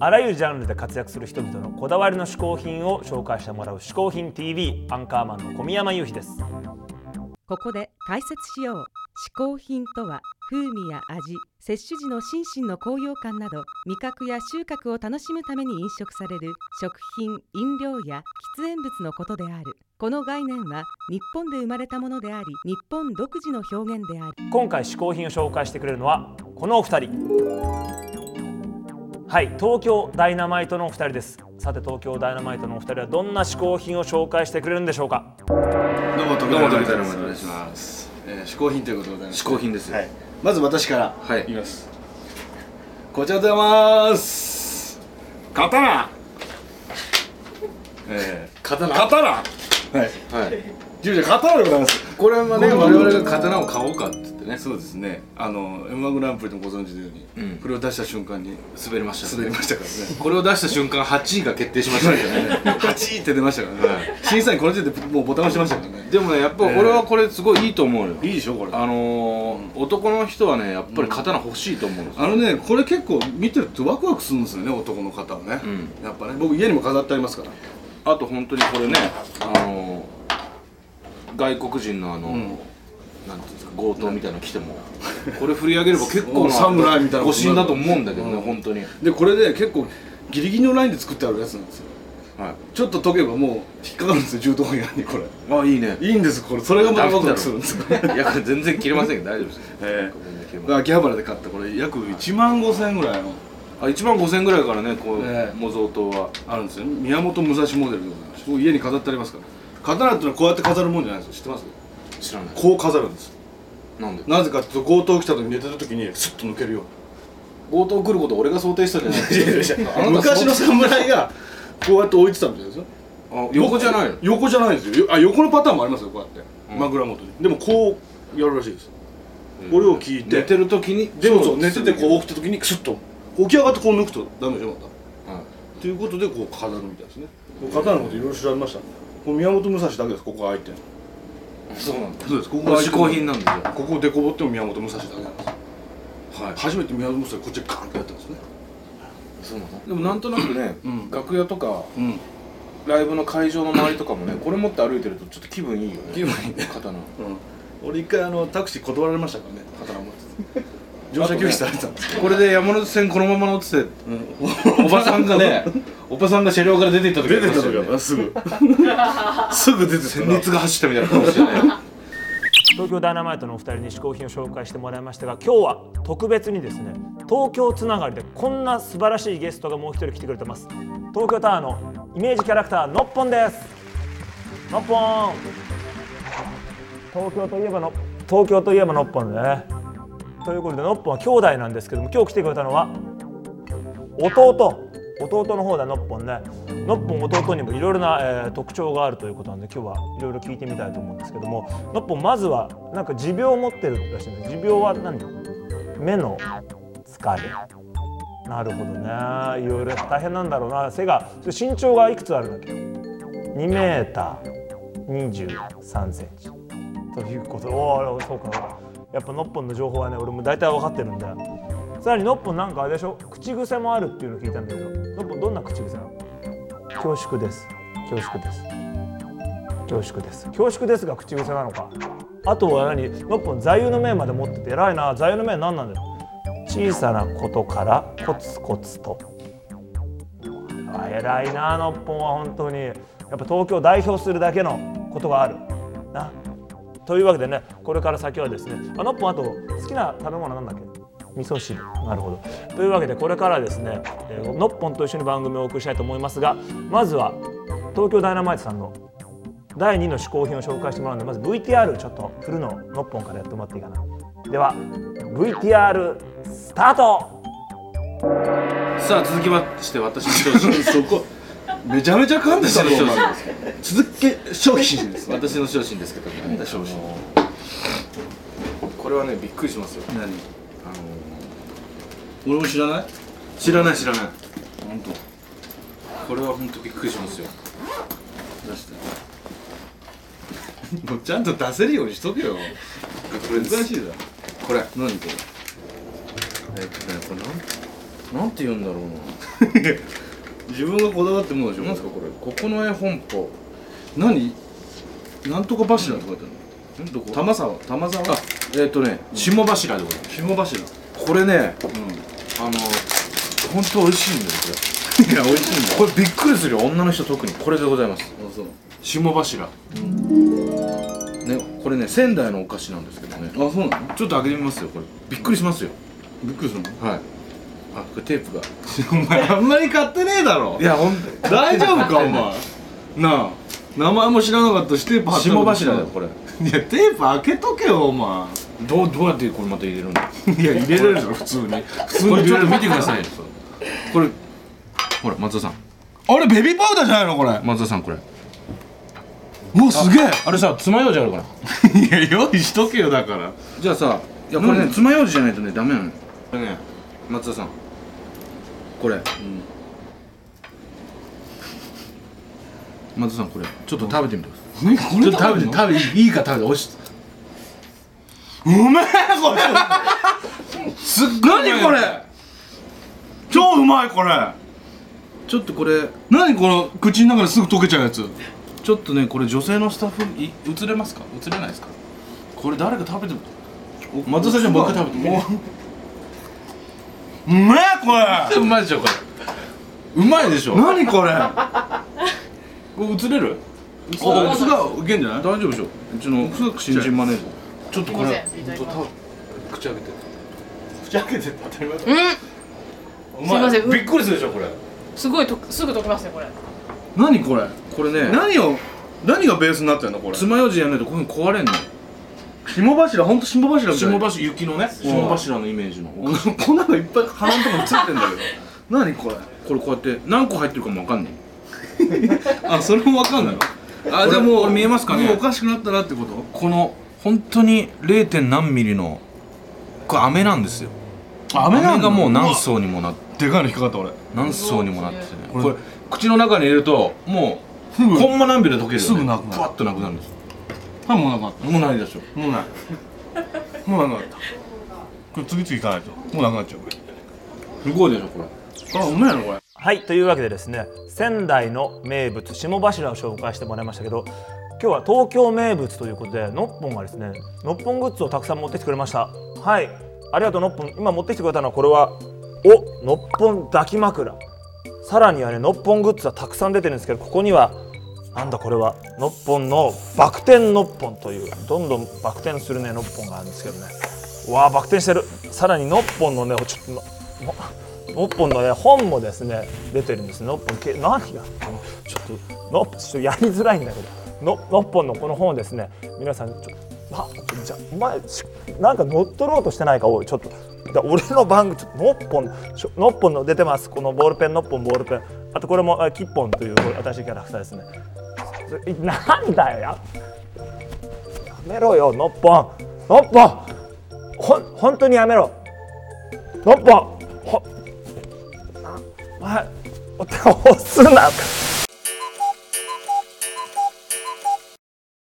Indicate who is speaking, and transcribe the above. Speaker 1: あらゆるジャンルで活躍する人々のこだわりの嗜好品を紹介してもらう「嗜好品 TV」アンカーマンの小宮山雄飛です
Speaker 2: ここで解説しよう。嗜好品とは風味や味、摂取時の心身の高揚感など味覚や収穫を楽しむために飲食される食品、飲料や喫煙物のことである。この概念は日本で生まれたものであり、日本独自の表現である。
Speaker 1: 今回嗜好品を紹介してくれるのはこのお二人はい東京ダイナマイトのお二人ですさて東京ダイナマイトのお二人はどんな嗜好品を紹介してくれるんでしょうか
Speaker 3: どうも、徳
Speaker 4: どうも
Speaker 3: 永
Speaker 4: 徳
Speaker 3: で
Speaker 4: 田
Speaker 3: お
Speaker 4: の
Speaker 3: 願いします。えー、嗜好品ということでございます。
Speaker 4: 嗜好品ですよ
Speaker 3: はい。まず私から。
Speaker 4: はい
Speaker 3: 言います。こちらでございます。刀。え
Speaker 4: 刀
Speaker 3: ー、刀。はい。
Speaker 4: はい
Speaker 3: 従者刀でございます。
Speaker 4: これはね
Speaker 3: うん
Speaker 4: 我々が刀を買おうかって言ってね
Speaker 3: そうですね。あの M1 グランプリでもご存知のように、
Speaker 4: うん
Speaker 3: これを出した瞬間に
Speaker 4: 滑りました
Speaker 3: 滑りましたからね。
Speaker 4: これを出した瞬間8位が決定しましたけどね
Speaker 3: 8位って出ましたからね。審査員この時点でもうボタン押してましたからね。
Speaker 4: でもねやっぱ俺はこれすごいいいと思うよ
Speaker 3: いいでしょこれ。
Speaker 4: あのー男の人はねやっぱり刀欲しいと思うんですよ
Speaker 3: あのね、これ結構見てるとワクワクするんですよね、男の方はね、
Speaker 4: う
Speaker 3: やっぱね、僕家にも飾ってありますから。
Speaker 4: あと本当にこれねあのー外国人のあの
Speaker 3: ん
Speaker 4: なんていうんですか強盗みたいなの来てもこれ振り上げれば結構
Speaker 3: うん侍みたいな
Speaker 4: 護身だと思うんだけどね
Speaker 3: うん
Speaker 4: 本当にはい
Speaker 3: でこれで結構ギリギリのラインで作ってあるやつなんですよちょっと解けばもう引っかかるんですよ銃刀法違反にこれ
Speaker 4: あいいね
Speaker 3: いいんですこれそれがまたワクワクするんですよ
Speaker 4: いやこれ全然切れませんけど大丈夫ですよ
Speaker 3: え
Speaker 4: 全然切れま
Speaker 3: え秋葉原で買ったこれ約1万5000円ぐらいの
Speaker 4: あ1万5000円ぐらいからねこう、
Speaker 3: ええ
Speaker 4: 模造刀は
Speaker 3: あるんですよ宮本武蔵モデルでございます僕家に飾ってありますから刀ってのはこうやって飾るもんじゃないんですよ知ってます
Speaker 4: 知らない
Speaker 3: こう飾るんですよ
Speaker 4: なんで
Speaker 3: なぜかっていうと強盗来た時に寝てる時にスッと抜けるように
Speaker 4: 強盗来ること俺が想定したんじゃな いです か
Speaker 3: 昔の侍がこうやって置いてたみたいですよ
Speaker 4: あ横じゃないの
Speaker 3: 横じゃないですよよあ横のパターンもありますよこうやって、
Speaker 4: うん
Speaker 3: 枕元にでもこうやるらしいですこれを聞いて
Speaker 4: 寝てる時に
Speaker 3: でもそう寝
Speaker 4: す
Speaker 3: て
Speaker 4: ぐ
Speaker 3: てこう起きた時にクスッと起き上がってこう抜くとダメでしょまた
Speaker 4: はい
Speaker 3: ということでこう飾るみたいですね刀のこといろいろ調べましたねこれ宮本武蔵だけですここが開いてる
Speaker 4: そうなんだ
Speaker 3: そうですこ
Speaker 4: これ嗜好品
Speaker 3: な
Speaker 4: なんですよ
Speaker 3: ここでこぼっても宮本武蔵だけなんです
Speaker 4: はい
Speaker 3: 初めて宮本武蔵こっちでカーンってやったんですね
Speaker 4: そうなのでもなんとなくね、
Speaker 3: うん
Speaker 4: 楽屋とか
Speaker 3: うん
Speaker 4: ライブの会場の周りとかもねこれ持って歩いてるとちょっと気分いいよね
Speaker 3: 気分いいね
Speaker 4: 刀
Speaker 3: うん、俺一回あのタクシー断られましたからね刀持って乗車拒否されたんです
Speaker 4: これで山手線このまま乗ってておばさんがねおばさんが車両から出ていった時
Speaker 3: 出てた
Speaker 4: ありま
Speaker 3: 時
Speaker 4: したよ
Speaker 3: は
Speaker 4: ね
Speaker 3: すぐすぐ出てた
Speaker 4: 戦熱が走ったみたいな顔してね
Speaker 1: 東京ダイナマイトのお二人に嗜好品を紹介してもらいましたが今日は特別にですね東京つながりでこんな素晴らしいゲストがもう一人来てくれてます東京タワーのイメージキャラクターのっぽんですのっぽん東京といえばの東京といえばのっぽんねということでのっぽんは兄弟なんですけども今日来てくれたのは弟弟の方だのっぽんねのっぽん弟にもいろいろな、えー特徴があるということなんで今日はいろいろ聞いてみたいと思うんですけどものっぽんまずはなんか持病を持ってるらしいんです持病は何目の疲れなるほどねいろいろ大変なんだろうな背がそれ身長がいくつあるんだっけ2メーター23センチということおおそうかやっぱのっぽんの情報はね俺も大体分かってるんでさらにのっぽんなんかあれでしょ口癖もあるっていうの聞いたんだけどのっぽんどんな口癖なの恐縮です恐縮です恐縮です恐縮ですが口癖なのかあとは何のっぽん座右の銘まで持ってて偉いな座右の銘何なんだよ小さなことからコツコツとあ偉いなのっぽんは本当にやっぱ東京を代表するだけのことがあるなというわけでねこれから先はですねあのっぽんあと好きな食べ物なんだっけ味噌汁なるほどというわけでこれからですね、えーのっぽんと一緒に番組をお送りしたいと思いますがまずは東京ダイナマイトさんの第2の嗜好品を紹介してもらうのでまず VTR ちょっと振るのをのっぽんからやってもらっていいかなでは VTR スタート
Speaker 4: さあ続きまして私の商品
Speaker 3: そこめちゃめちゃ噛んで
Speaker 4: 私
Speaker 3: た
Speaker 4: の
Speaker 3: の
Speaker 4: 商
Speaker 3: お前
Speaker 4: 品です
Speaker 3: 続け商品ですね
Speaker 4: 私の商品ですけどね、また商品これはねびっくりしますよ
Speaker 3: 何
Speaker 4: あの
Speaker 3: 俺も知らない
Speaker 4: 知らない知らない
Speaker 3: 本当
Speaker 4: これは本当びっくりしますよ
Speaker 3: 出してもうちゃんと出せるようにしとけよ
Speaker 4: これ
Speaker 3: 難しいだ
Speaker 4: これ
Speaker 3: 何これ
Speaker 4: えっとねこれなんなんて言うんだろうな
Speaker 3: 自分がこだわってものでしょ
Speaker 4: なんすかこれここの絵本舗
Speaker 3: 何なんとか柱とか言ってんの
Speaker 4: んどこ
Speaker 3: 玉沢玉沢
Speaker 4: あえっ、とね霜柱でございま
Speaker 3: 紐柱
Speaker 4: すこれね
Speaker 3: う
Speaker 4: あの本当美味しいんだよ
Speaker 3: ん いや美味しいんだ
Speaker 4: これこれびっくりするよ女の人特にこれでございます
Speaker 3: あそう
Speaker 4: 霜柱、ねこれね仙台のお菓子なんですけどね
Speaker 3: あそうなの
Speaker 4: ちょっと開けてみますよこれびっくりしますよ
Speaker 3: びっくりする
Speaker 4: はいあこれテープが
Speaker 3: の お前あんまり買ってねえだろ
Speaker 4: いやほん
Speaker 3: 大丈夫かお前なあ名前も知らなかったしテープ貼った
Speaker 4: 霜柱だよこれ
Speaker 3: れいやテープ開けとけよお前
Speaker 4: どうどうやってこれまた入れるんだ
Speaker 3: いや入れれるぞ普通に普通に
Speaker 4: これ
Speaker 3: 入
Speaker 4: ちょ
Speaker 3: れ
Speaker 4: っ
Speaker 3: れる
Speaker 4: と見てくださいこれほら松田さん
Speaker 3: あれベビーパウダーじゃないのこれ
Speaker 4: 松田さんこれ
Speaker 3: うわすげえ
Speaker 4: あれさ爪楊枝あるかない
Speaker 3: や用意しとけよだから
Speaker 4: じゃあさいやこれね、爪楊枝じゃないとねダメなのよ
Speaker 3: これね
Speaker 4: 松田さんこれ、松田さんこれちょっと食べてみてくださ
Speaker 3: 何こ
Speaker 4: い
Speaker 3: れ
Speaker 4: ちょっと食べて食べていいか食べておいし
Speaker 3: うめえこれ
Speaker 4: すっ
Speaker 3: ごい
Speaker 4: 何これ
Speaker 3: 超うまいこれ
Speaker 4: ちょっとこれ
Speaker 3: 何この口の中ですぐ溶けちゃうやつ
Speaker 4: ちょっとねこれ女性のスタッフい映れますか映れないですかこれ誰か食べて松田さんじゃあ僕食べてみて
Speaker 3: もううめえこれ
Speaker 4: うまいでしょこれうまいでしょ
Speaker 3: 何これ
Speaker 4: これ映れる映れ
Speaker 3: お
Speaker 4: る
Speaker 3: お酢がいけんじゃない
Speaker 4: 大丈夫でしょうちの
Speaker 3: すごくちっちゃい
Speaker 4: 新人マネージャーちょっとこれ
Speaker 5: すいませんいただきます
Speaker 4: ほんと多分口開けて口開けて当たり前だ
Speaker 5: うん
Speaker 4: うます
Speaker 5: いません
Speaker 4: びっくりするでしょこれ
Speaker 5: すごいとすぐ溶けますねこれ
Speaker 3: 何これ
Speaker 4: これね
Speaker 3: 何を何がベースになってんのこれ
Speaker 4: 爪楊枝やんないとこういうの壊れんの
Speaker 3: 霜柱ほんと霜柱みたい
Speaker 4: 霜
Speaker 3: な
Speaker 4: 柱雪のね霜柱のイメージのこ
Speaker 3: 粉がいっぱい鼻のとこについてんだ けど何これ
Speaker 4: れこうやって何個入ってるかもわかんない
Speaker 3: あそれもわかんないのあじゃあも
Speaker 4: こ
Speaker 3: う
Speaker 4: れ見えますかね
Speaker 3: もうおかしくなったなってこと
Speaker 4: この本当に 0. 点何ミリのこれ飴なんですよ飴がもう何層にもなって
Speaker 3: でかいの引っかかった俺
Speaker 4: 何層にもなっててね
Speaker 3: これ
Speaker 4: これ口の中に入れるとも
Speaker 3: す
Speaker 4: う
Speaker 3: ぐ
Speaker 4: コンマ何秒で溶けるよね
Speaker 3: すぐなくなる
Speaker 4: パッとなくなるんですよ
Speaker 3: パンもなくなっ
Speaker 4: もうないでしょ
Speaker 3: たもうないもうなくなったこれ次々行かないともうなくなっちゃうこ
Speaker 4: すごいでしょこれ
Speaker 3: れあうまいのこれ
Speaker 1: はいというわけでですね仙台の名物下柱を紹介してもらいましたけど今日は東京名物ということでノッポンがですねノッポングッズをたくさん持ってきてくれましたはいありがとうノッポン今持ってきてくれたのはこれはおノッポン抱き枕さらにはねノッポングッズはたくさん出てるんですけどここにはなんだこれはノッポンのバク転ノッポンというどんどんバク転するねノッポンがあるんですけどねうわあバク転してるさらにノッポンのねちょっとののノッポンのね本もですね出てるんですノッポンけ何やったのちょっとノッちょっとやりづらいんだけどのノッポンのこの本をですね皆さんちょあじゃお前しなんか乗っ取ろうとしてないかおいちょっとだ俺の番組ちょっとノッポンしょノッポンの出てますこのボールペンノッポンボールペンあとこれもあキッポンというこれ新しいキャラクターですねそいなんだよややめろよノッポンノッポンほん本当にやめろノッポンほお前お手を押すな